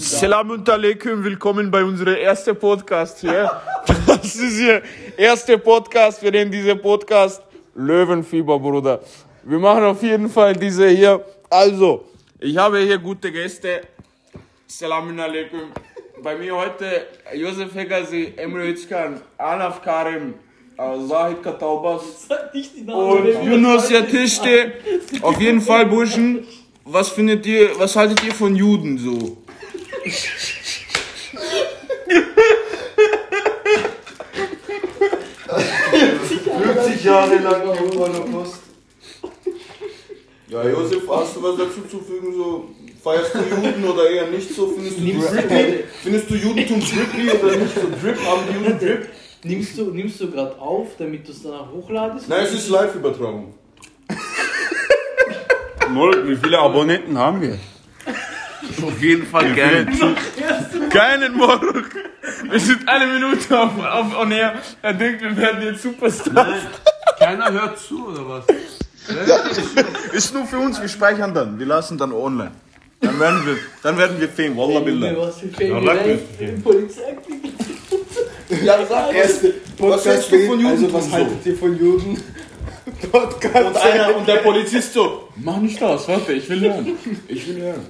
Selam Aleyküm, willkommen bei unserem ersten Podcast. Ja? Das ist ihr erster Podcast. Wir nennen diesen Podcast Löwenfieber, Bruder. Wir machen auf jeden Fall diese hier. Also, ich habe hier gute Gäste. Selam Aleyküm. Bei mir heute Josef Hegazi, Emre Özkan, Anaf Karim, äh, Zahid Kataubas Sag nicht die Namen. und Wer- Yunus Yatishte. Auf jeden Fall, Burschen, was findet ihr, was haltet ihr von Juden so? Jahre lang im Holocaust. Ja, Josef, hast du was dazu zu fügen? So, feierst du Juden oder eher nicht so? Findest du, Drippy, findest du Judentum drippy oder nicht so? Drip, haben die Juden Drip? Nimmst du, nimmst du gerade auf, damit du es danach hochladest? Nein, es ist Live-Übertragung. Null, wie viele Abonnenten haben wir? Auf jeden Fall gerne. Keinen Morgen. Wir sind eine Minute auf, auf On Air. Er denkt, wir werden jetzt Superstar. Keiner hört zu oder was? Ist nur für uns, wir speichern dann. Wir lassen dann online. Dann werden wir, dann werden wir fame, wallah Junge, billah. was für Fame lag Life, Polizei. Ja, sag erste Podcast was hältst du von Juden? Also, was haltet ihr von Juden? Podcast. Und, einer, und der Polizist so. Mach nicht aus, warte, ich will lernen. Ich will hören.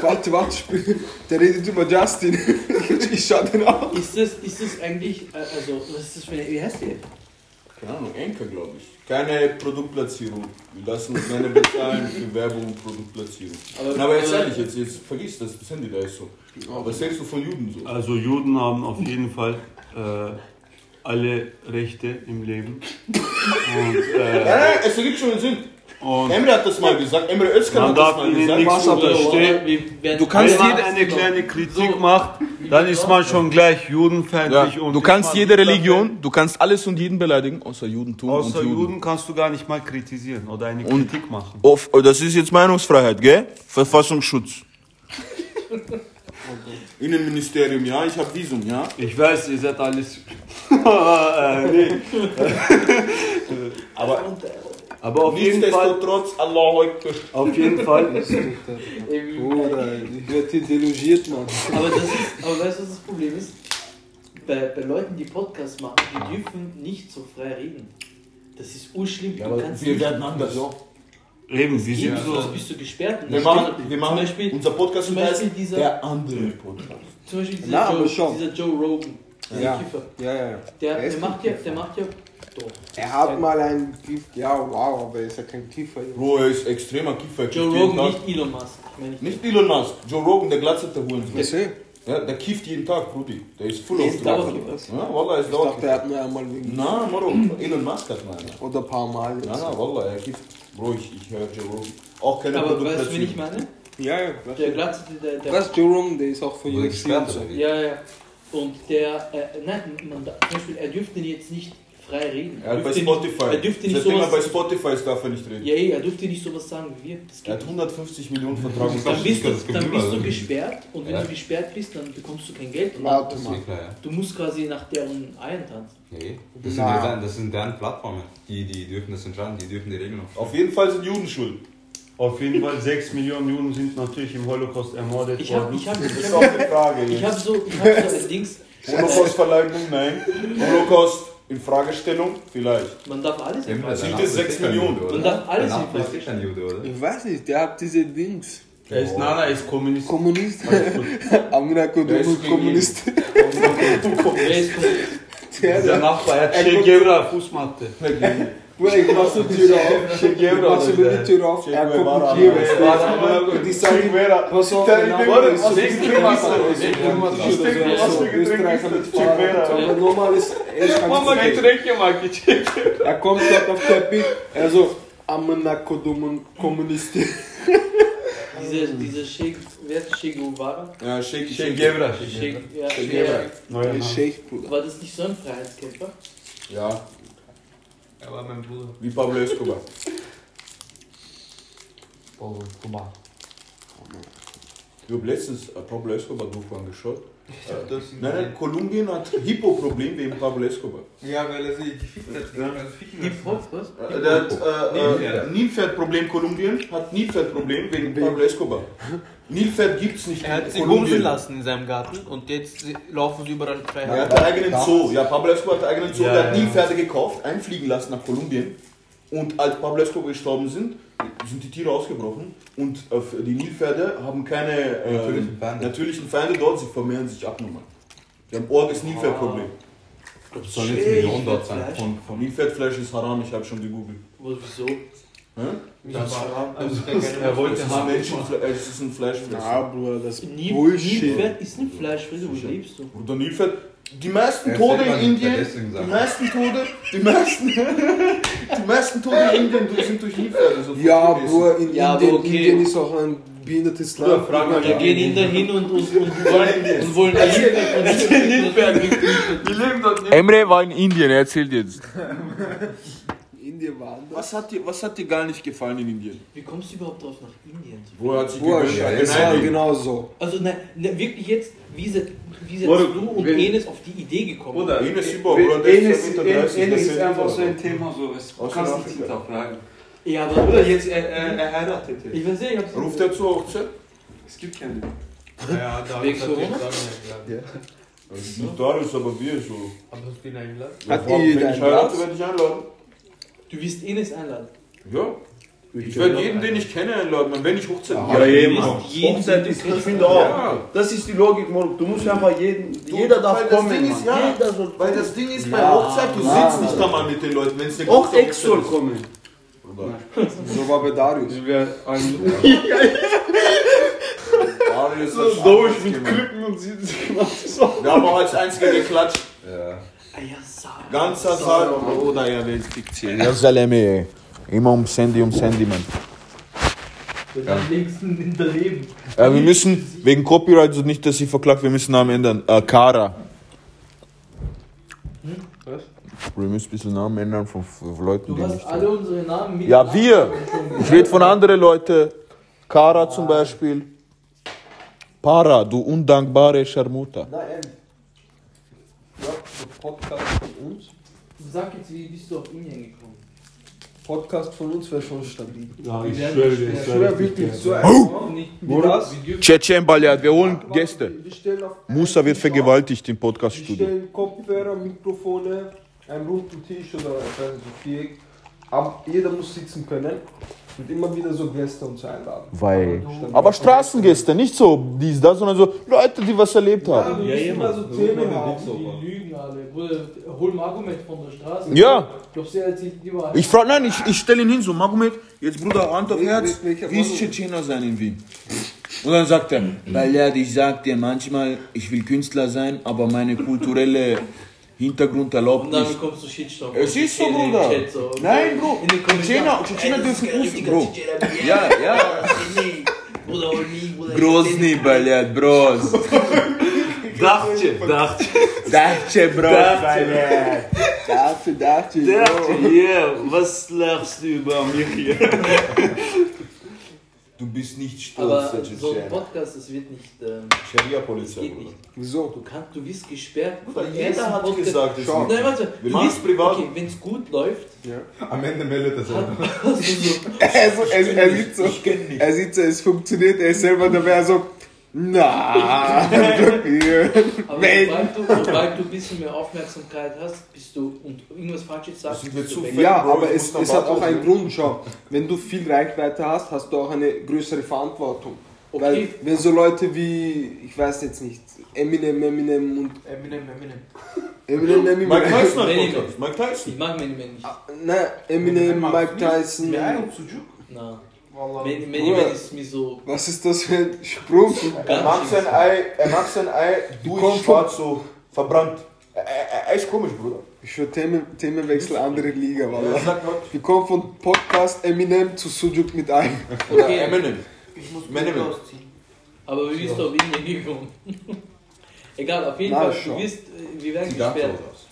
Warte, warte, spiel. der redet über Justin. Ich schau den auf. Ist das, ist das eigentlich, äh, also, was ist das für eine, wie heißt die? Keine Ahnung, Enker, glaube ich. Keine Produktplatzierung. Wir lassen uns keine bezahlen für Werbung und Produktplatzierung. Aber, Na, aber jetzt ehrlich, jetzt, jetzt vergiss das, das Handy da ist so. Was hältst du von Juden so? Also Juden haben auf jeden Fall äh, alle Rechte im Leben. Und, äh, Nein, nein, es ergibt schon einen Sinn. und Emre hat das mal gesagt, Emre Özkan Man hat das darf mal ihnen gesagt. nichts Was hat er- unterstellen. Verstehe. Wir werden- Du kannst wenn wir man machen- jedes- eine kleine Kritik macht, dann ist man schon gleich judenfeindlich. und Du ist kannst man jede dafür- Religion, du kannst alles und jeden beleidigen, außer Judentum Außer und Juden. Juden kannst du gar nicht mal kritisieren oder eine Und- Kritik machen. Auf, oh, das ist jetzt Meinungsfreiheit, gell? Verfassungsschutz. Innenministerium, ja, ich habe Visum, ja. Ich weiß, ihr seid alles. Äh, nee. Aber Aber auf jeden Fall, nichtsdestotrotz, Allahu Akbar. auf jeden Fall Bruder, ich werde hier delogiert, Mann. Aber, das ist, aber weißt du, was das Problem ist? Bei, bei Leuten, die Podcasts machen, die dürfen nicht so frei reden. Das ist urschlimm. du kannst wir nicht- werden anders. Eben, wir sind Sonst so. bist du gesperrt. Und Wir da steht- machen, wir machen zum Beispiel, unser Podcast zum heißt Beispiel dieser- der andere Podcast. zum Beispiel dieser, Na, aber Joe, schon. dieser Joe Rogan, dieser Ja. Kiffer. Ja, ja, ja. Der, Er der ist macht ja, der macht ja, doch. Er hat mal einen Kiefer. Ja, wow, aber er ist ja kein Kiefer. Junge. Bro, er ist extremer Kiefer. Joe jeden Rogan, Tag. nicht Elon Musk. Ich meine, nicht. Nicht Elon Musk, Joe Rogan, der glatzerte Hurensohn. Ich sehe. Ja, der kifft jeden Tag, Brudi. Der ist full Nee, auf ist Drogen. Dauerkiffer. Ja, Wallah, ist Ich dachte, Dauerkiffer. er hat nur einmal wegen. Na, Moro, Elon Musk hat mal. einer. Oder ein paar Mal. Na, na, Wallah, er kifft. Bro, ich, ich höre Joe Rogan. Auch keine Aber weißt du, wen Produktplatzierung. ich meine? Ja, ja. Der Glatze, der, der, Das ist Jerome, der ist auch von Oder UFC und Experte, so. oder wie? ja, ja. Und der, äh, nein, man, darf- zum Beispiel, er dürfte jetzt nicht frei reden. Er hat bei dürfte Spotify. Nicht, er dürfte nicht Seitdem er bei sowas, Spotify ist, darf er nicht reden. ja, ey, er dürfte nicht sowas sagen wie wir. Das Er geht hat nicht. 150 Millionen Vertrag. und Dann das- bist, du, das dann Gefühl, bist du also. gesperrt und wenn Ja. du gesperrt bist, dann bekommst du kein Geld. Und Warte mal. Du musst quasi nach deren Eiern tanzen. Nee, das sind, Na. deren, das sind deren Plattformen. Die, die dürfen das entscheiden, die dürfen die Regeln auf. Auf jeden Fall sind Juden schuld. Auf jeden Fall, 6 Millionen Juden sind natürlich im Holocaust ermordet Ich habe worden. ich hab, Oh, Das ich ist hab, auch eine Frage. ich jetzt. hab so, ich hab so allerdings, Holocaust-Verleugnung? Nein. Holocaust in Fragestellung? Vielleicht. man darf alles Emre, einfach. danach sind jetzt ist sechs kein Millionen. Jude, Man oder? darf alles Danach in Frage ist kein Jude, oder? Ich weiß nicht, der hat diese Dings. Er ist Nana, er ist Kommunist. Kommunist. Aminako, du Der ist bist gegen Kommunist. Wer ist komplett- Der, Der der. Nachbar, er hat Ey, Che guck- Guevara Fußmatte. Bruder, ich mach so die Tür auf. Ich mach so mir die Tür auf. Che Er guckt Guevara. mit hier, weißt Che du. Und ich sag ihm, pass auf, der Name ist so. Österreicher mit Fahrrad. Aber normal ist, er ist ganz Er kommt dort auf Teppich, er so, Amenako, dummen Kommunist. Diese, diese Sheikh, wer ist Che Guevara? Ja, Sheikh Che Sheikh. Guevara. Che, ja, Che der, Neuer Der Name. Sheikh, Bruder. war das nicht so ein Freiheitskämpfer? Ja, Er war mein Bruder. wie Pablo Escobar. Ich habe letztens äh, Pablo Escobar Doku angeschaut. Äh, nein, nein, Kolumbien hat Hippo-Problem wegen Pablo Escobar. Ja, weil er sich gefickt hat. Also ficken Die lassen. Pop, was? Äh, der hat äh, äh, Nilpferdproblem Kolumbien hat Nilpferdproblem wegen Pablo Escobar. Nilpferd gibt's nicht Er hat in sie bumsen Kolumbien. lassen in seinem Garten und jetzt sie- laufen sie überall frei. Er hat einen eigenen Zoo. Ja, Pablo Escobar hat einen eigenen Zoo. Ja, der hat ja. Nilpferde gekauft, einfliegen lassen nach Kolumbien. Und als Pablo Escobar gestorben sind, sind die Tiere ausgebrochen. Und äh, die Nilpferde haben keine äh, natürlichen, Natürlichen Feinde. Feinde. dort. Sie vermehren sich abnormal. Die haben orges Nilpferdproblem. Das sollen jetzt Millionen dort sein. Fleisch. Von, Ah, von Nilpferdfleisch ist Haram. Ich habe schon gegoogelt. Was, wieso? Also, er Das wollte ist ein Menschenfleisch. äh, Das ist ein Fleischfresser. Ja, Bruder, das Nie, Bullshit. Nilpferd ist nicht Fleischfresser, wo lebst du? Bruder Nilpferd, die meisten Er ist Tode in selber nicht Indien, der, deswegen die sagt er. meisten Tode, die meisten, die meisten Tode in Indien sind durch Nilpferde. so Ja, gewesen. Bruder, in Ja, aber Indien, okay. Indien ist auch ein behindertes Bruder, Land. frag mal, Da gehen Inder hin und, und, und wollen, und wollen Nilpferd. Und Emre war in Indien, er erzählt jetzt. Indien war anders. Was hat, dir, was hat dir gar nicht gefallen in Indien? Wie kommst du überhaupt drauf, nach Indien zu fahren? Bruder hat sich Bruder, gegönnt. Scheiße. es war Nein, genau so. Also nein, ne, wirklich jetzt, wie, se, wie setzt Oder- du und wenn- Enes auf die Idee gekommen? Oder? Enes über, Bruder, der ist unter 30, der Ähnlich ist ist einfach über. so ein Thema, so es Aus kannst nicht Afrika. hinterfragen. Ja, aber Oder jetzt, er, er, er heiratet jetzt. ich weiß nicht, ich hab's Ruft er zur Hochzeit? Es gibt keine. Ja, da Wegen hat er Corona? natürlich Nicht Darius, aber wir so. Aber hast du ihn eingeladen? Hat Wenn jeder ich ein heirate, Glas? werde ich einladen. Du wirst Enes einladen. Ja. Ich werde jeden, den ich kenne, einladen, und wenn ich Hochzeit Ja, eben. Genau. Jeden, Hochzeit den ist, du ich kennst. finde auch, das ist die Logik, Moruk. Du musst einfach jeden, jeder darf weil das kommen. Ding ist, Mann. ja, jeder soll kommen. Weil das Ding ist, bei Hochzeit, du na, sitzt nicht einmal mit den Leuten, wenn es eine Auch große Ex soll Hochzeit kommen. ist. Bruder. So war bei Darius. Das wäre ein Darius so durch mit Klippen und sieht sich gemacht. Wir haben auch als einziger geklatscht. Ja. Ah ja, sag. Ganzer Tag. Oder ja, wer ist diktiert? Ja, Salami, ey. Immer um ums Handy, ums Handy, Mann. Am längsten hinterleben. Äh, wir müssen, wegen Copyright, so nicht, dass ich verklagt, wir müssen Namen ändern. Äh, Kara. Was? Wir müssen ein bisschen Namen ändern von, von Leuten, Du die hast nicht... alle unsere Namen mit. Ja, wir. Ich rede von anderen Leuten. Kara zum Beispiel. Para, du undankbare Scharmuta. Podcast von uns. Sag jetzt, wie bist du auf Indien gekommen? Podcast von uns wäre schon stabil. Ja, ich schwöre dir, ich Das wäre schwöre wirklich dir. so ein Nicht wie das. Chechen Balyat, wir holen Gäste. Wir stellen auf Musa wird vergewaltigt im Wir Podcaststudio. stellen Kopfhörer, Mikrofone, einen runden Tisch oder ich weiß nicht, so Viereck. Aber jeder muss sitzen können und immer wieder so Gäste uns einladen. Weil. Aber Straßengäste, nicht so dies, das, sondern so Leute, die was erlebt haben. Ja, wir müssen immer so Themen haben. Die lügen alle. Bruder, hol ein Argument von der Straße. Ja. Glaubst du, er erzählt die Wahrheit? Ich frage, nein, ich, ich stelle ihn hin, so Magomed, jetzt Bruder, Hand auf Wel- Herz, wel- welcher wie ist Magomed? Tschetschener sein in Wien? Und dann sagt er, weil ja, ich sag dir manchmal, ich will Künstler sein, aber meine kulturelle Hintergrund erlaubt Und dann nicht. bekommst du Shitstorm. Es ist so, In den Bruder. Chat so. Nein, Bro, In den Tschetschener, Kommentaren. Tschetschener Ey, das ist dürfen kein rufen, richtiger Bro. Tschetschener, Bruder. Ja, ja. Bruder, hol mich, Bruder. Grozny, Balyat, Bros. Dachte, dachte, Dachte, Bro. Dachte, dachte. dachte, yeah, was lachst du über mich hier? Du bist nicht stolz, Aber der so ein Tschetschener. Podcast, das wird nicht. Ähm, das Scharia-Polizei, geht Bruder. nicht. Wieso? Du, kannst, du wirst gesperrt. Bruder, Beim ersten Jeder hat Podcast- gesagt, es Schau. ist- Nein, warte. Wir du machen's wirst- privat. Okay, wenn es gut läuft, Am Ende meldet er sich. hast du so. Er, so, er, er sieht so, er sieht so, es funktioniert, er ist selber dabei so, na, Aber Wenn. sobald du, sobald du ein bisschen mehr Aufmerksamkeit hast, bist du und irgendwas Falsches sagst, sind wir bist zu du weg. fair. Ja, Bro, aber ich es, muss es noch hat auch warten. einen Grund, schau. Wenn du viel Reichweite hast, hast du auch eine größere Verantwortung. Okay. Weil wenn so Leute wie, ich weiß jetzt nicht, Eminem, Eminem und Eminem, Eminem. Eminem, Eminem, Mike Tyson hat Wenn- Podcast. Mike Tyson. Ich mag meine Männer nicht. Nein, Eminem, Mike Tyson. Na, Wallah. meine Männer ist mir so. Was ist das für ein Sprung? Er mag sein Ei, er mag sein Ei durch schwarz so verbrannt. Er, er, er ist komisch, Bruder. Ich höre Themen, Themenwechsel, andere Liga, Er Wallah. sagt, Wir kommen von Podcast Eminem zu Sujuk mit ein. oder Okay. Eminem. Ich muss Eminem. mich ausziehen. Aber wie bist du auf Indien gekommen? Egal, auf jeden Na, Fall, schau. du wirst, äh, wir werden Die gab's gesperrt. auch was.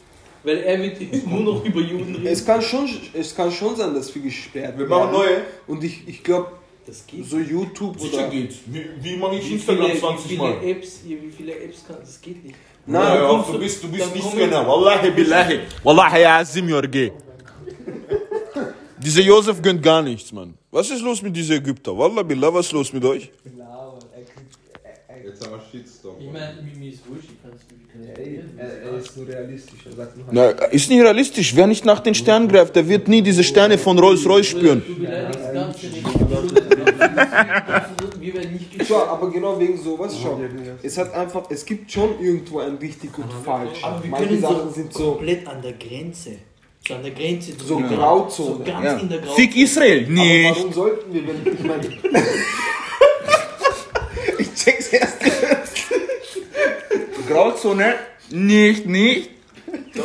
Weil er wird nur noch über Juden reden. Es kann schon, es kann schon sein, dass wir gesperrt Wir machen neue. Und ich, ich glaube, Das geht. So YouTube Sicher oder. geht's. Wie, wie mache ich Wie Instagram viele- 20 wie Mal? Viele Apps, ja, wie viele Apps kann das geht nicht. Nein, dann hör auf, kommst du bist, du dann bist nicht komm genau. Wallahi billahi. Wallahi, ja, Azim, Jorge. Dieser Josef gönnt gar nichts, Mann. Was ist los mit diesem Ägypter? Wallah, billah, was ist los mit euch? Jetzt haben wir Shitstorm. Ich meine, mir mir ist wurscht, ich kann es nicht. Er Also, ist nur realistisch, er sagt nur Na, ist nicht realistisch. Wer nicht nach den Sternen greift, der wird nie diese Sterne von Rolls-Royce spüren. Du beleidigst das Ganze nicht. Absolut, Wir werden nicht Schau, geschlagen. aber genau wegen sowas, schau. Es hat einfach, es gibt schon irgendwo ein richtig und falsch. Aber wir Manche können Sachen so sind so, komplett an der Grenze. So an der Grenze. so drüber. So Grauzone. ganz Ja. in der Grauzone. Fick Israel! Aber Nicht! warum sollten wir, wenn ich meine. ich check's erst. Grauzone? Nicht, nicht! Das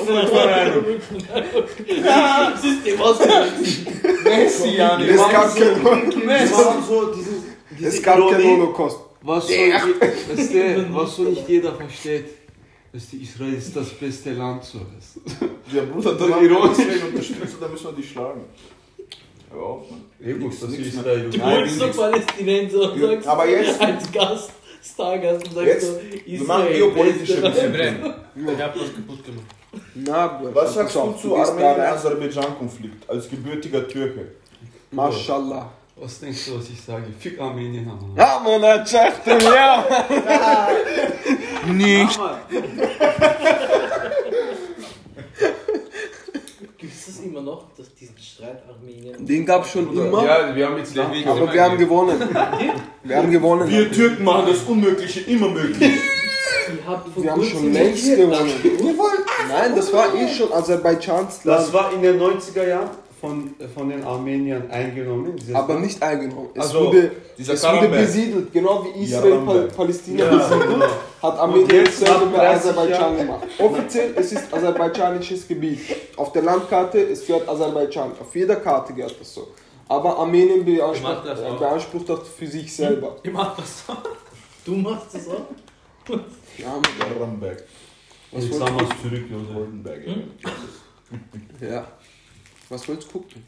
System ausgewählt. Messi, ja, Es gab keinen so dieses. es gab keinen Holocaust. Was so, weißt du, was so nicht jeder versteht, ist, Israel ist das beste Land so. weißt du. Ja, Bruder, dann haben wir Israel unterstützt und dann müssen wir die schlagen. Hör auf, Mann. Ebus, das Nix ist mehr. Israel. Du Nein, holst so Palästinenser und sagst Aber jetzt- als Gast, Stargast und sagst Jetzt- so, Wir machen Israel, geopolitische beste- Beziehungen. Ich hab das kaputt gemacht. Na, Bruder. Was sagst pass du auf, zu bist gerade- Armenien-Aserbaidschan-Konflikt als gebürtiger Türke? Mashallah. Was denkst du, was ich sage? Fick Armenien, Mann. Ja, Mann, er checkt ihn, ja. Nicht! Gibt es das immer noch, dass diesen Streit Armenien? Den gab's schon immer, Ja, wir haben jetzt den Weg. aber wir haben gewonnen. Wir haben gewonnen. Wir Türken machen das Unmögliche immer möglich. Die haben vor Wir haben kurzem schon längst gewonnen. Nein, das war eh schon Aserbaidschans Land, Das war in den 90er Jahren von, von den Armeniern eingenommen. dieses aber Land. nicht eingenommen. Es Also, wurde, Dieser es wurde Karambek. besiedelt, genau wie Israel Pal Jarambe. Palästina Ja, besiedelt, genau. hat Und Armenien jetzt selber nach bei 30 Aserbaidschan Jahren- gemacht. Offiziell, es ist aserbaidschanisches Gebiet. Auf der Landkarte, es gehört Aserbaidschan. Auf jeder Karte gehört das so. Aber Armenien beansprucht, das äh, auch. beansprucht das für sich selber. Ich mach das doch. Du machst das auch? Ja, Mann. Ramberg. Jetzt haben wir es zurück, Josef. Goldenberg, ja. Ja. Was wolltst du gucken?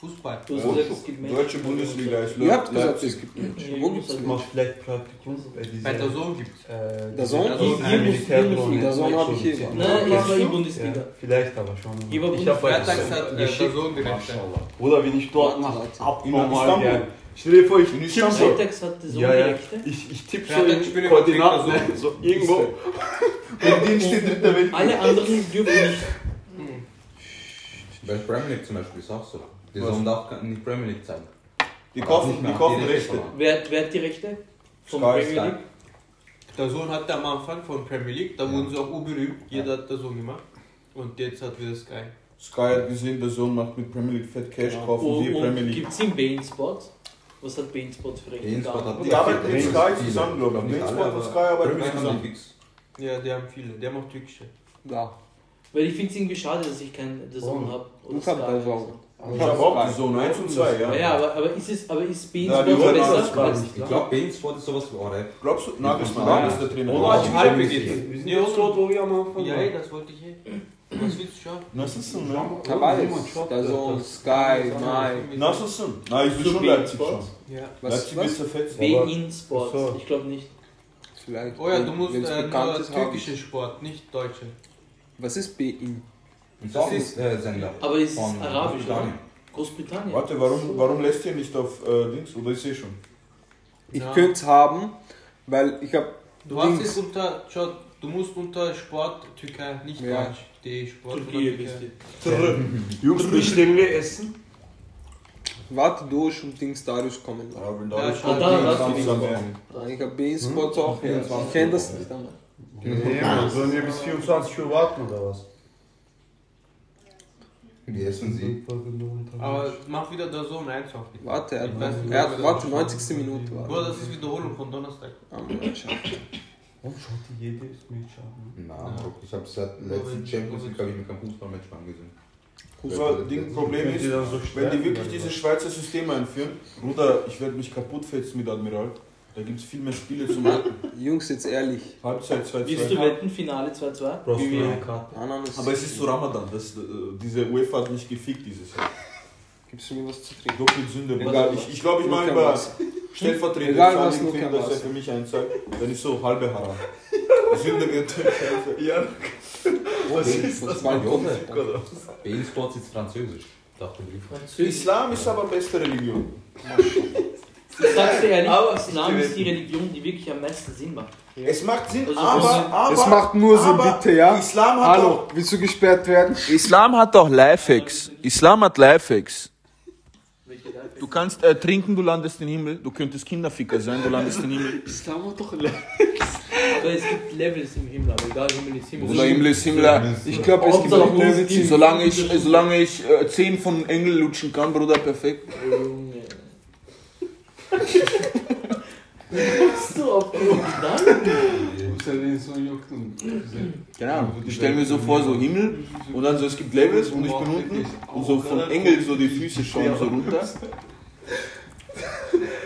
Fußball. Du hast gesagt, es gibt Menschen. Deutsche Bundesliga ist Ihr habt Leipzig. gesagt, es gibt nicht. Wo gibt's das? Ich mach vielleicht Praktikum bei Bei der dieser Sohn gibt's. Äh, Der Sohn? Also, Die- nein, Nein, Militärdrohne. Der Sohn hab ich hier. Nein, jetzt war Ne, ich Ja, Bundesliga. vielleicht aber schon. Ich war Ich Bundesliga. hab bei Freitags hat äh, der Sohn direkt. Maschallah. Oder wenn ich dort mache, Warte, abnormal Istanbul. gern. Stell dir vor, ich In tippe so. Freitags hatte so Ja, ja. Rechte. Ich, ich tippe so Freitags in spielen wir Koordinaten, so irgendwo. In denen steht dritter Welt. Alle anderen dürfen nicht. Bei Premier League zum Beispiel ist auch so. Die Sonne darf gar nicht Premier League zeigen. Die kaufen, die kaufen Rechte. Wer, hat- wer hat die Rechte? Vom Sky, Premier Sky. League? Der Sohn hat am Anfang von Premier League, da wurden sie auch unberühmt. Jeder hat der Sohn gemacht. Und jetzt hat wieder Sky. Sky hat gesehen, der Sohn macht mit Premier League Fett Cash, kaufen Und, wir Premier und League. gibt es Oh, in Bane Sport? Was hat Bane Sport für Rechte? Sport hat Die arbeiten vier mit Trainer. Sky zusammen, glaube ich. Nicht Nicht alle, Sport und aber Sky arbeiten Premier mit League haben die zusammen. Gigs. Ja, die haben viele. Der macht türkische. Da. Weil ich finde es irgendwie schade, dass ich keinen Dazon habe. Ich hab da Sohn. Ich habe auch die Sohn 1 und 2, Ja, ja. ja aber, aber ist es, aber ist Bane Na, die Sport wollen alles besser? klar. als- Ich glaube, Bainsport ist sowas wie Orel. Glaubst du, Nagelsmann Ja. Nagelsmann ist der Trainer? Oder Ja. die Halbe geht. Wir sind Ja, jetzt so- wie am Anfang. Ja, ey, das wollte ich eh. Was willst du schauen? Oh, Nasılsın lan? ne? Tavares, der Also, Sohn, Sky, Mai. Nasılsın? Na, ich will Zu schon Bane Leipzig Sport? schauen. Ja. Was, Leipzig was? ist zerfetzt. aber- Bane Sport. Ich glaube nicht. Vielleicht. Oh ja, du musst wenn's äh, bekannt nur ist, hab türkischen Sport, nicht deutsche. ich. Was ist BI? Und das ist äh, Sender. Aber es ist Von arabisch, oder? Jordanien. Großbritannien. Warte, warum, warum lässt ihr nicht auf äh, Dings? Oder ich sehe schon. Ich Ja. könnte es haben, weil ich habe Du hast Links. es unter, schau, du musst unter Sport Türkei, nicht Ja. Deutsch, die Sport Türkei bist du. sondern Jungs, bestellen wir Essen? Warte durch und Dings Darius kommen. Aber wenn Ja, da schau, da- da- Ich habe BI Sports auch hier. Ich kenne das nicht einmal. Nee, Mann, sollen wir bis 24 Uhr warten oder was? Wie essen sie? Aber mach wieder der Sohn 1 auf bitte. Warte, er Ich weiß hat, nicht, er ob hat wir warte, das- 90. Minute Bruder, war. das ist Wiederholung von Donnerstag. Ah, Mann, schau. Warum schaut die jede ist mit Schaden? Na, guck, ich hab seit letzten Champions League hab ich mir kein Fußballmatch mehr angesehen. So, Ding, Problem ist, wenn die wirklich dieses Schweizer System einführen, Bruder, ich werde mich kaputt fetzen mit Admiral. Da gibt es viel mehr Spiele zum Halten. Jungs, jetzt ehrlich. Halbzeit Willst du 2-2. wetten, Finale 2-2? Brauchst du Wie wir- eine Karte? Ananas. Aber es ist so Ramadan, das, äh, diese UEFA hat mich gefickt dieses Jahr. Gibst du mir was zu trinken? Doppelsünde. Egal, Egal, ich, ich glaube, ich mache Lukas über Maas. stellvertretend Egal, für was den Film, Lukas dass er Maas. für mich einzahlt. Dann ist so halbe Haare. Sünde wird Ja, was ist das? Zwei Jahre. Bei ihm Sports ist Französisch. Dachte ich. Französisch. Islam ist aber beste Religion. Ich sag's dir Aber- ehrlich, Islam ist die Religion, die wirklich am meisten Sinn macht. Es macht Sinn, Also, aber, aber. Es macht nur so aber bitte, ja? Islam hat Hallo, willst du gesperrt werden? Islam hat doch Lifehacks. Islam hat Lifehacks. Du kannst äh, trinken, du landest im Himmel. Du könntest Kinderficker sein, du landest im Himmel. Islam hat doch Leben. Aber es gibt Levels im Himmel, aber egal, Himmel ist Himmel. Bruder, Himmel ist Himmel. Ich glaube, es gibt Hauptsache, auch Muslim. Levels. Solange ich, äh, solange ich äh, 10 von Engel lutschen kann, Bruder, perfekt. Junge. Wie kommst du auf den Gedanken? Keine Ahnung. Ich stelle mir so vor, so Himmel und dann so, es gibt Levels und ich bin unten und so von Engel so die Füße schauen so runter.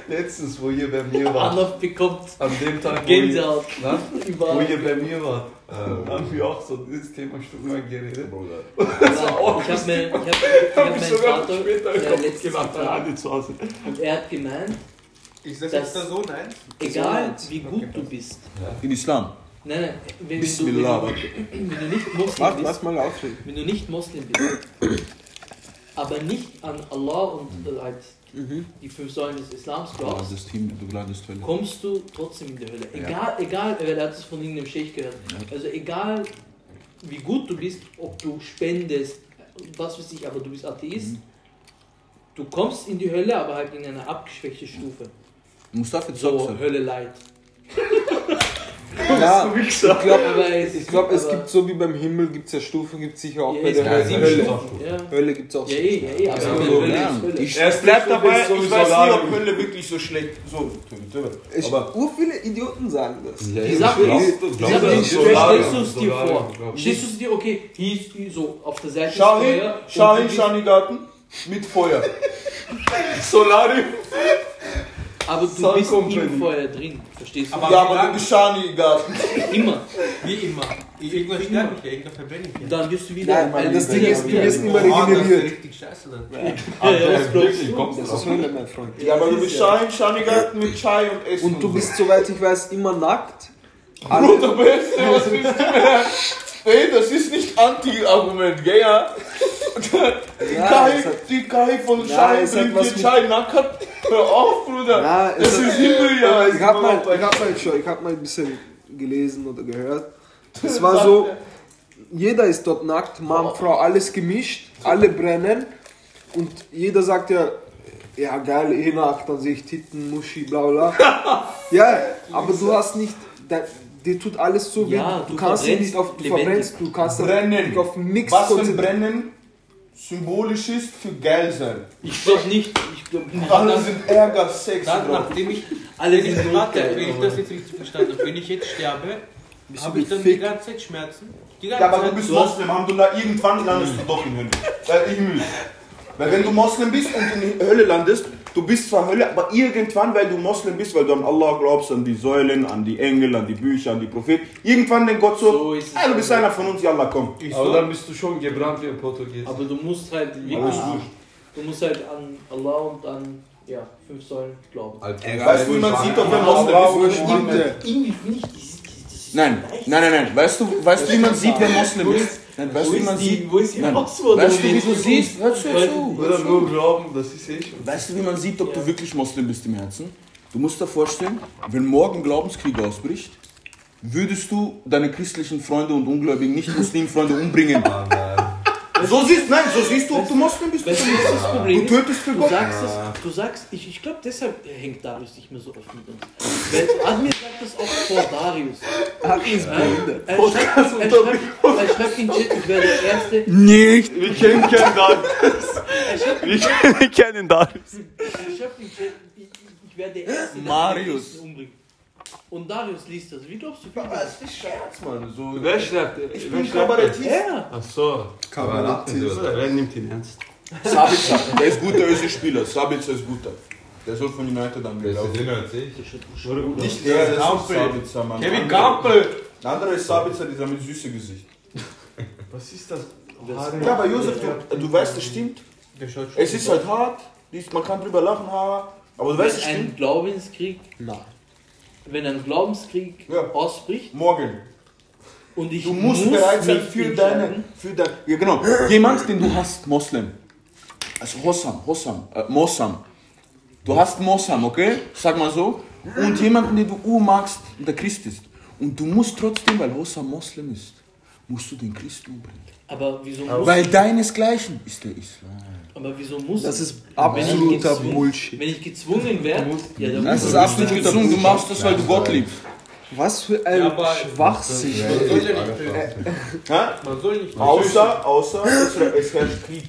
Letztens, wo ihr bei mir Anlauf bekommt an dem Tag, Gänsehaut. Na? wo Überall. ihr bei mir wart, äh, Ähm. haben wir auch so dieses Thema stundenlang geredet. Ich hab mir, ich hab, ich hab meinen Vater der letztes gefragt Gerade zu Hause. und er hat gemeint, Ist das, Das- jetzt der Sohn eins? egal wie gut du bist, In Islam. nein, nein, wenn du, wenn Bismillah. du, wenn du nicht Muslim Mach, bist, lass mal ausreden. wenn du nicht Muslim bist, aber nicht an Allah und äh, halt die fünf Säulen des Islams Du glaubst, landest Himmel, du landest Hölle. kommst du trotzdem in die Hölle. Egal, egal, weil er hat es von irgendeinem Scheich gehört. Also egal, wie gut du bist, ob du spendest, was weiß ich, aber du bist Atheist, du kommst in die Hölle, aber halt in einer abgeschwächten Stufe. Mustafa So, Zokser. Hölle leid. Ja, ich glaube, Aber es, ich glaub, es aber- gibt so wie beim Himmel, gibt es ja Stufen, gibt es sicher auch Ja, bei es der gibt Hölle. sieben Hölle. Stufen, Ja, Hölle gibt es auch. ja, eh, ja, eh, aber Ja, Hölle, so, Hölle ja. ist Hölle. Ich- Es bleibt dabei, ich sowieso weiß nicht, Alarm. ob Hölle wirklich so schlecht. So, Es aber ur viele Idioten sagen das. Die Sache ist, die glaub, Sache das ist, ist Solarium, stellst du es dir Solarium, vor? glaub ich. Stellst du es dir, okay, hier ist die so auf der Seite schau ist hin, Feuer und schau du hin, bist- Schanigarten mit Feuer. Solarium. Aber du Sun bist Company. im Feuer drin, verstehst du? Aber Ja, wie aber lang? du Schanigarten. Immer. Wie immer. Irgendwann sterbe ich ja, irgendwann verbrenne ich Und ja. dann wirst du wieder. Nein, weil das wieder- Ding ist, du wieder- wirst immer Mann, das ist regeneriert. richtig scheiße dann. Ja, ja, das glaub ich. Wirklich, kommst du Das ist drauf? Hölle, mein Freund. Ja, aber du bist schau hin, Schanigarten mit Chai und Essen. Und du so. bist, soweit ich weiß, immer nackt. Alle, Bruder, Beste, was willst du mehr? Ey, das ist nicht Anti-Argument, gell, ja? Die Ja, Kai, es hat- die Kai von Ja, Chai es hat bringt was dir mit- Chai nackt. Hör auf, Bruder. Ja, es das hat- ist Himmel, ja. ich hab halt- mal, ich hab mal, schon, ich hab mal ein bisschen gelesen oder gehört. Es war Sagt so, jeder ist dort nackt, Mann, Frau, alles gemischt, alle brennen und jeder sagt ja, ja geil, eh nackt, dann sehe ich Titten, Muschi, bla bla. ja, aber du hast nicht, da, dir tut alles so weh, Ja, du, du kannst dich verbrennst nicht auf, du lebendig. verbrennst, du kannst dich Brennen. auf nichts Was für ein konzentrieren. Brennen symbolisch ist für geil sein. Ich glaub nicht. Ich glaub nicht. Alle sind Ärger, Sex Dann, drauf. nachdem ich, Alle wenn ich, sind warte, notgeil, wenn ich das jetzt richtig verstanden habe, wenn ich jetzt sterbe, habe ich dann die gefickt? ganze Zeit Schmerzen. Die ganze Ja, aber du bist Zeit. Moslem, Alhamdulillah, irgendwann landest du doch in Hölle. Weil, Himmel. weil wenn du Moslem bist und in Hölle landest, du bist zwar Hölle, aber irgendwann, weil du Moslem bist, weil du an Allah glaubst, an die Säulen, an die Engel, an die Bücher, an die Propheten, irgendwann denkt Gott so, So ist es. "Ah, du bist einer von uns, ja Allah, komm. Aber dann bist du schon gebrannt wie ein Portugies. Aber du musst halt wirklich. Du musst halt an Allah und an ja, fünf Säulen glauben. Weißt du, wie man sieht, ob er Moslem ist? oder nicht? Irgendwie finde ich, das ist- das ist Nein, nein, nein, nein. Weißt du, weißt du wie man sieht, wer Moslem ist? Nein, weißt Wo du, wie man ist sieht? die, wo ist die Nein. Passwort? Weißt du, wie du siehst? Hör zu, hör zu. Oder nur glauben, das ist eh schon. Weißt du, wie man sieht, ob Ja. du wirklich Moslem bist im Herzen? Du musst dir vorstellen, wenn morgen Glaubenskrieg ausbricht, würdest du deine christlichen Freunde und ungläubigen Nicht-Muslim-Freunde umbringen. So siehst, nein, so siehst du, ob du Moslem bist. Weißt du, was das Problem Du ist? tötest für Du Gott. sagst es, du sagst, ich, ich glaube, deshalb hängt Darius nicht mehr so oft mit uns. Weil Admir sagt das auch vor Darius. Admir ist behindert. Er schreibt, er schreibt, er schreibt in den Chat, ich wäre der Erste. Nicht! Wir kennen keinen Darius. Er schreibt, Wir kennen Darius. er schreibt in den Chat, ich, ich, ich wäre der Erste, der Marius. den Nächsten umbringt. Und Darius liest das. Wie glaubst du, wie das? Wer schreibt? Ich Ein Kabarettist. Ja, Achso, wer nimmt ihn ernst? Sabitzer. Der ist guter Ösi-Spieler. Sabitzer ist guter. Der soll von United Das angelaufen. ist dünner als ich. Nicht der, das ist Gampel. Sabitzer, Mann. Kevin Andere- Gampel! Der andere ist Sabitzer, dieser mit süßem Gesicht. Was ist das? Ja, aber Josef, du, du weißt, das stimmt. Der schaut schon Es ist halt hart, dies- man kann drüber lachen, haha. aber du weißt, es Wenn ein stimmt. Glaubenskrieg, wenn ein Glaubenskrieg Ja. ausbricht Morgen. und ich Du musst muss bereit sein mich für entscheiden, deine, für dein, ja genau, jemand, den du hast, Moslem. Also Hossam, Hossam, äh, Mossam. Du hast Mossam, okay? Sag mal so. Und jemanden, den du uh, magst, der Christ ist. Und du musst trotzdem, weil Hossam Moslem ist, musst du den Christ umbringen. Aber wieso muss, Weil deinesgleichen ist der Islam. aber wieso muss Das ist wenn ich absoluter gezwungen- Bullshit. Wenn ich gezwungen werde, ja, dann Das muss ist ich- absolut gezwungen, du machst das, weil du Gott liebst. Was für ein Ja, aber- Schwachsinn. Man soll ja nicht töten. Hä? Man soll nicht Außer, außer, es, es herrscht Krieg.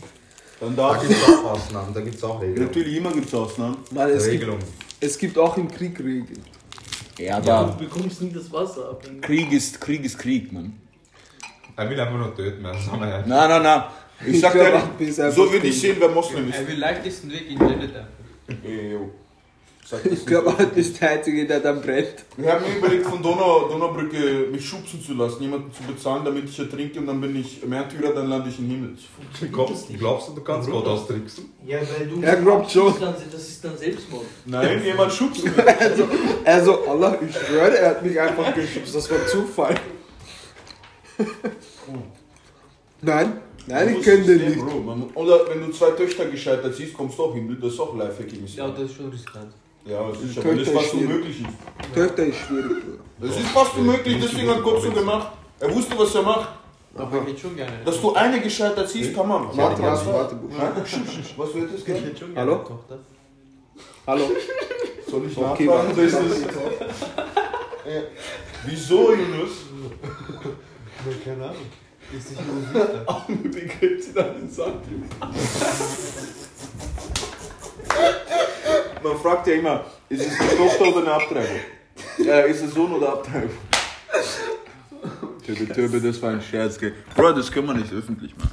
Dann Da darfst gibt es auch Ausnahmen, da gibt es auch Regelungen. Natürlich, immer gibt es Ausnahmen. Nein, es, gibt, Regelungen. es gibt auch im Krieg Regeln. Ja, Du aber bekommst nie das Wasser ab. Krieg ist Krieg, ist Krieg, Mann. Er will einfach nur töten, man. Sag mal ja. Na, na, na. Ich sag glaub, dir, ab ist einfach so würde ich Krieg. sehen, wer Moslem ist. Er will leichtesten Weg in Janneta. Ey, yo. Sag das Ich glaube, du bist der Einzige, der dann brennt. Wir haben mir überlegt, von Donau, Donaubrücke mich schubsen zu lassen, jemanden zu bezahlen, damit ich ertrinke und dann bin ich Märtyrer, dann lande ich im Himmel. Du glaubst, glaubst du, du kannst Gott austricksen? Ja, weil du. Er glaubt schon. Das ist dann- das ist dann Selbstmord. Nein, jemand schubst mich. Also, Allah, ich schwöre, er hat mich einfach geschubst. Das war Zufall. Hm. Nein, nein, ich kenne den nicht. Bro, man, oder wenn du zwei Töchter gescheitert siehst, kommst du auch hin. Das ist auch live hacking Ja, das ist schon riskant. ja, das ist Die aber das, Töchter was stehen. unmöglich ist. Töchter ist schwierig, Bruder. Das ist fast unmöglich, deswegen hat Gott so gemacht. Er wusste, was er macht. Aber ich hätte schon gerne. Dass du eine gescheitert siehst, tamam. Hm? Warte, warte, warte, Bruder. Hä? Was wird das ich gehen? hätte schon Hallo? gerne eine Tochter. Hallo? Soll ich Okay, nachfragen? Okay, ist das? Äh, Wieso, Yunus? Keine Ahnung. Ist nicht nur süß. Begräbt sie dann in Sand. Man fragt ja immer, ist es eine Tochter oder eine Abtreibung? Ja, ist es Sohn oder Abtreibung? Töbe, Töbe, das war ein Scherz. gell. Bro, das können wir nicht öffentlich machen.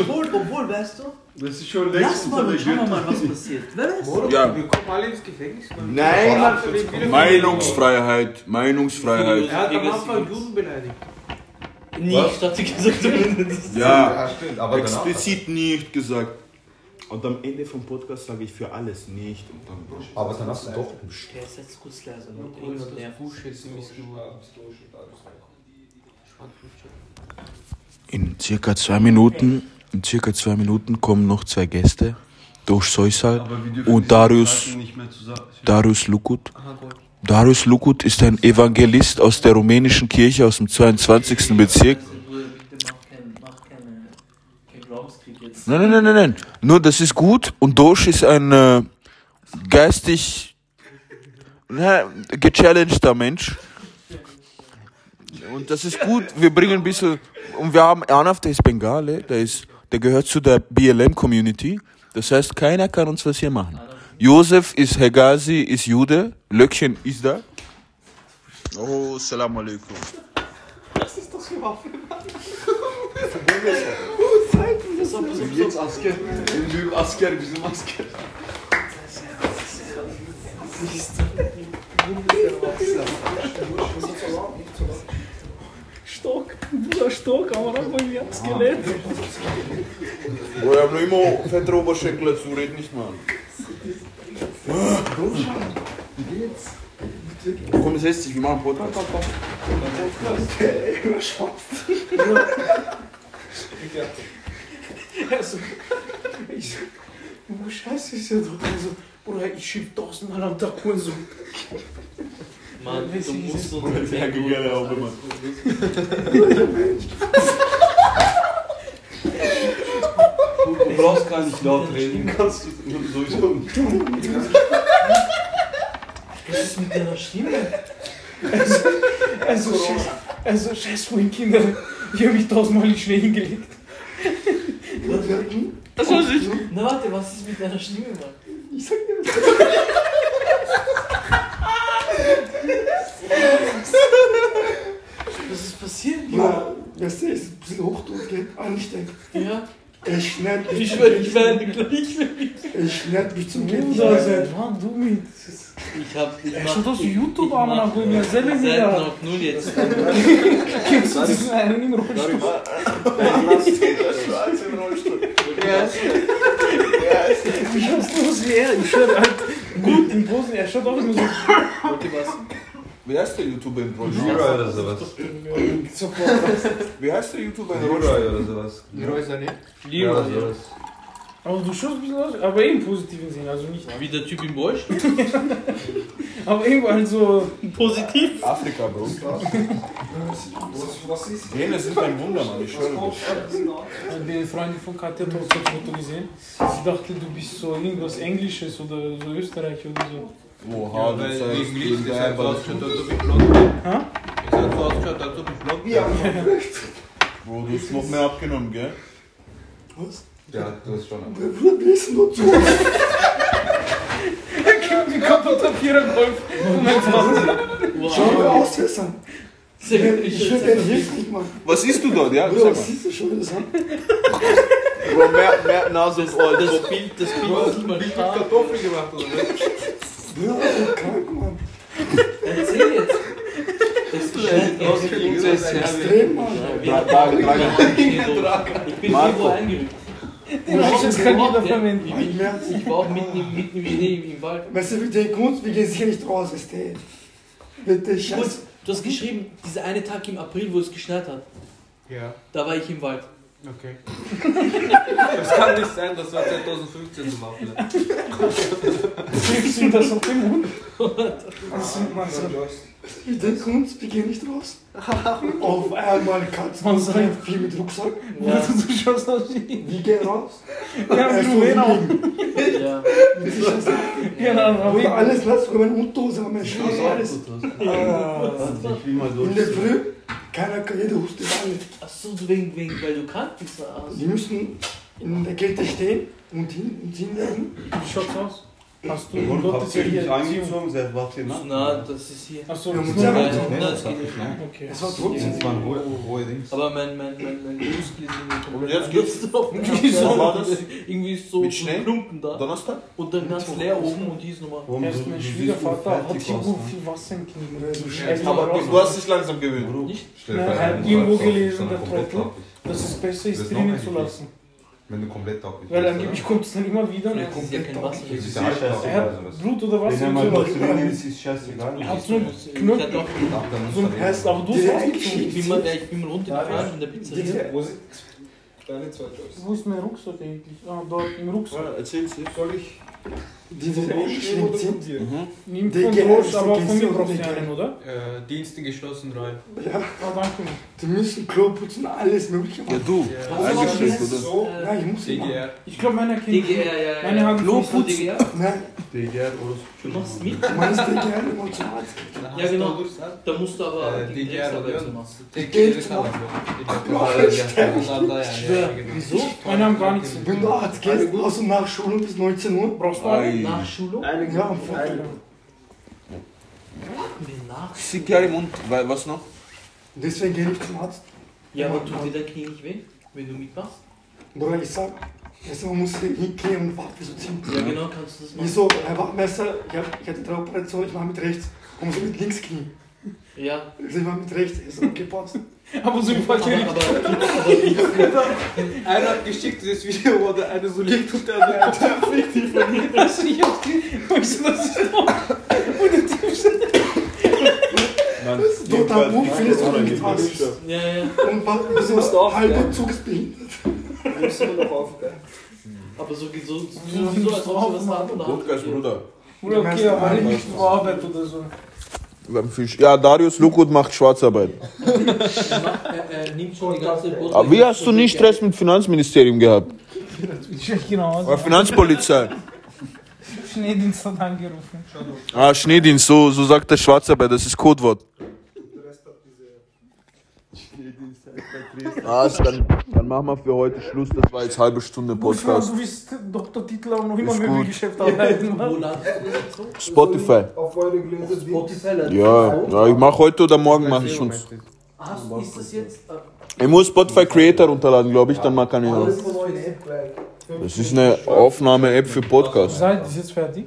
Obwohl, obwohl, weißt du? Das ist schon Lass längst mal unter und der schauen wir Gürtel. mal, was passiert. Wer weiß? Ja. Wir kommen alle ins Gefängnis. Mann. Nein, Mann, wir werden wieder- Meinungsfreiheit, Meinungsfreiheit. Er hat am Anfang Juden beleidigt. Nicht, hat sie gesagt. zumindest. Ja, stimmt, aber genau. danach. explizit nicht gesagt. Und am Ende vom Podcast sage ich für alles nicht. Und dann Aber dann hast du doch bestimmt. Der ist jetzt kurz leiser. ne? Und Irgendwann das nervt. Busch ist ein bisschen geworden. In circa zwei Minuten, in circa zwei Minuten kommen noch zwei Gäste. Durch Soysal Aber wir dürfen und diese Darius, Arten nicht mehr zusammen. Darius Lukut. Darius Lukut ist ein Evangelist aus der rumänischen Kirche aus dem 22. Bezirk. Bruder, Also, bitte mach keinen mach keine, keinen Glaubenskrieg jetzt. Nein, nein, nein, nein, nein. Nur das ist gut und Dosch ist ein äh, geistig na, gechallengter Mensch. Und das ist gut. Wir bringen ein bisschen. Und wir haben Ernaf, der ist Bengale, der, ist, der gehört zu der BLM-Community. Das heißt, keiner kann uns was hier machen. Josef ist Hegazi, ist Jude. Löckchen ist da. Oh, Salam alaikum. Bro, ich hab nur immer fette Oberschenkel dazu, red nicht mal an. Komm, setz dich, wir machen Podcast. Oh, scheiße, ist ja doch so. Bruder, ich schieb tausendmal am Tag und so. Mann, du musst so eine Ja, gerne auch immer. Du brauchst gar nicht laut reden. Kannst du sowieso nicht. Was ist mit deiner Stimme? Also, scheiß, also scheiß von den Kindern. Ich habe mich tausendmal nicht schnell hingelegt. Das war ich. Na warte, was ist mit deiner Stimme, Mann? Ich sag dir was. Was ist passiert, Mann? Weißt du, ist ein bisschen Hochdruck, gell? Ansteckt. Ja. Er schneidet. Ich schwöre, ich werde gleich. Ich Ich lerne mich zum Bruder, Kämpfen. seit wann du mit? Ich hab. Ich Schaut aus ich YouTube an, mach, aber mir selber Seiten wieder. auf Null jetzt. Kennst du diesen einen im Rollstuhl? Ich hab's bloß wie er. Ich schwör halt. Gut, im Großen, er schaut auch immer so. Wie heißt der YouTuber in Rollstuhl? Leroy oder sowas. Wie heißt der YouTuber in Rollstuhl? Leroy oder sowas. Leroy Sané. Ja, Leroy. sowas. Aber du schaust ein bisschen aus, aber eh im positiven Sinn, also nicht. Wie der Typ im Bosch. Aber irgendwo halt so. Positiv. Afrika, Bro. Was ist? Gene sind ein Wunder, Mann. Ich schwöre dir. Die Freundin von Katja hat auch so ein Foto gesehen. Sie dachte, du bist so irgendwas Englisches oder so Österreich oder so. Oha, Ja, du weil sagst, wegen Licht du ist halt so einfach... ausgeschaut, als ob ich blond bin. Hä? Es hat so ausgeschaut, als ob ich blond bin. Bro, du hast noch mehr abgenommen, gell? Ja, du hast schon. Der Bruder bläst nur zu. Wie kommt man da Vierergolf? Schau Wow. mal auswässern. Ich würde gerne hilflich machen. Was isst du dort, ja? Bruder, was siehst du schon in das Hand? Bro, mehr, mehr Nase und Ohr. Das Bild, das Bild ist immer stark. Kartoffeln gemacht oder was? Bruder, was ist krank, Mann? Erzähl jetzt. Das Geschenk aus dem Extrem, Mann. Ich bin irgendwo eingerückt. Den hat jetzt kein jeder verwenden. Ich merke es. Ich war auch mitten im, mitten im, nee, im Wald. Weißt du, wie der Grund, wir gehen hier nicht raus, ist der. Bitte, Gut, Scheiße. du hast geschrieben, dieser eine Tag im April, wo es geschneit hat, Ja, da war ich im Wald. okay. Es kann nicht sein, dass wir 2015 so machen. Kriegst du das auf dem Mund? Also, Das sieht man so. Wie der Grund, wir gehen nicht raus. Auf einmal kannst Man du sagt- sein, viel mit Rucksack. Bruder, Du schaust aus wie. Wir gehen raus. Ja, Er ist du, genau. liegen. Ja. Mit Sicherheit. Genau, Bruder, aber alles lass für meine Unterhose haben. Ich schau alles. Ich will mal In der durch. Früh, keiner kann, jeder hustet alle. Achso, wegen, wegen, weil du krank bist. Also. Sie müssen in der Kälte stehen und hin und hinlegen. wie schaut's aus? Hast du Und Gott ist habt ja ihr hier mich Erziehung. angezogen seit was ihr ne? Nacht? Na, das ist hier. Achso, Ja, das muss ist ja Nein, sein. okay. nein, das geht nicht. Es war trotzdem. Das waren hohe, hohe Dings. Aber mein, mein, mein, mein Muskel ist irgendwie Und jetzt geht's- anders drauf. Wie soll man das? Irgendwie ist so Mit so Schnee? ein Klumpen da. Donnerstag? Und dann ganz leer oben und hier ist nochmal. Warum Erst du- mein du siehst Schwiegervater hat fertig aus, irgendwo ne? viel Wasser im Knie. scheiße. Aber Aber du hast dich langsam gewöhnt. Warum? Stell Nein, vor, halt wenn du irgendwo sagst, gelesen, sondern der komplett Trottel. taub bist. Dass es besser Das ist, ist noch drinnen ein zu Bild. lassen. Wenn du komplett taub bist. Weil weißt du, angeblich ne? kommt es dann immer wieder. und Vielleicht ist es ja kein Wasser. Das Das ist ist ja scheiße. Er scheißegal. sowas. hat Blut oder was Wenn im einmal Zimmer. kurz drin ist, ist scheißegal. Er hat so einen Ich hatte Knöpfel. auch Ach, dann musst So ein du Rest, aber du hast Direkt nicht. Ich bin mal, ja, ich bin mal runtergefahren in der Pizzeria. Direkt. Wo ist mein Rucksack eigentlich? Ah, dort im Rucksack. Erzähl's dir. Diese Menschen schwimmt sind. Mhm. Nimm Digga, von Rost, das aber ist von mir so brauchst du dick. einen, oder? Äh, Dienste geschlossen rein. Ah, danke. Die müssen Klo putzen, alles mögliche machen. du. Eingeschränkt, oder? Äh, Ja, ich muss ihn machen. DDR. Ich glaube, meiner kennt. DGR, ja, ja. Meine haben Klo Fuß- putzen. DGR. Nein, DDR oder Du machst so. mit, du meinst den gerne mal zum Arzt. Ja, genau. da musst du aber Äh, die DGR Drecksarbeit oder? machen. Geld Wieso? Meine haben gar nichts. Wenn du Arzt gehst, aus und nach Schulung bis 19 Uhr. Brauchst du einen? Nach Schulung? Ja, am Vortag. Nee, nach. Zigarre im Mund, weil- was noch? Deswegen gehe ich zum Arzt. Ja, aber tut dir der Knie nicht weh, wenn du mitmachst? Bruder, ich sag, erstmal muss ich hingehen und um Waffe so ziehen. Ja, genau, kannst du das machen. Wieso? Herr Wachmesser, ich, hab, ich hatte drei Operationen, ich mache mit rechts. Und so mit links Knie. Ja, Also ich mache mit rechts, ist okay, passt. Aber so im aber, aber, Verkehr. aber Einer hat geschickt dieses Video, wo der eine so liegt und der andere. Weißt du, ich hab's gesehen. Weißt du, das ist doch. Und der Typ steht- Nein, Total Buch findest du nicht was. nicht was. ja, ja. Und was ist auf, halbe ja. Zugsbild. Mhm. Aber so, so, so, so, so als ob sie was haben oder Podcast, haben. Bruder. Bruder, okay, aber ich nicht zur Arbeit oder so. Beim Fisch. Ja, Darius Lukut macht Schwarzarbeit. Er macht- er- er nimmt schon die ganze Brot. Aber wie hast du nie Stress mit Finanzministerium gehabt? Ich schau hier nach Oder Hause. Finanzpolizei? Schneedienst hat angerufen. Ah, Schneedienst, so, so sagt der Schwarzarbeit, das ist Codewort. Ah, ist dann, dann machen wir für heute Schluss, das war jetzt halbe Stunde Ich meine, Podcast. du bist Dr. Titler und noch immer Ist gut. Möbelgeschäft arbeiten. Wo ladest du das hoch? Spotify. Auf eure Gläser Spotify ladest du das Ja, hoch? ja ich mache heute oder morgen mache ich schon. Hast, ist das jetzt. äh, Ich muss Spotify Creator runterladen, glaube ich, dann mal kann ich auch. von euch. Das ist eine Aufnahme-App für Podcasts. Seid ist jetzt fertig?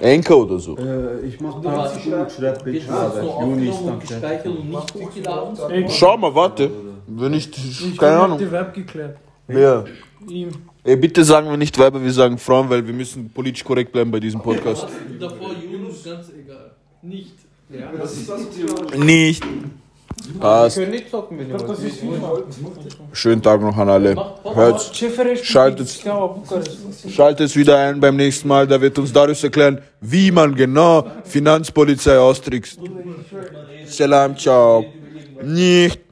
Enker oder so. Äh, ich mach Du warst 90 Minuten Jetzt Schreibpage, ist es nur aber Junis aufgenommen und gespeichert und nicht hochgeladen. Schau mal, warte. Wenn ich, Ich keine hab Ahnung. die Web geklärt. Wer? Ihm. Ey, bitte sagen wir nicht Weiber, wir sagen Frauen, weil wir müssen politisch korrekt bleiben bei diesem Podcast. Davor Yunus, ganz egal. Nicht. Ja. Nicht. Passt. können nicht zocken, wenn ihr Das wollt. ist FIFA. Schönen Tag noch an alle. Hört's. Ceferești Schaltet's. cu Steaua Bukarest. Schaltet wieder ein beim nächsten Mal, da wird uns Darius erklären, wie man genau Finanzpolizei austrickst. Salam, ciao. Nicht.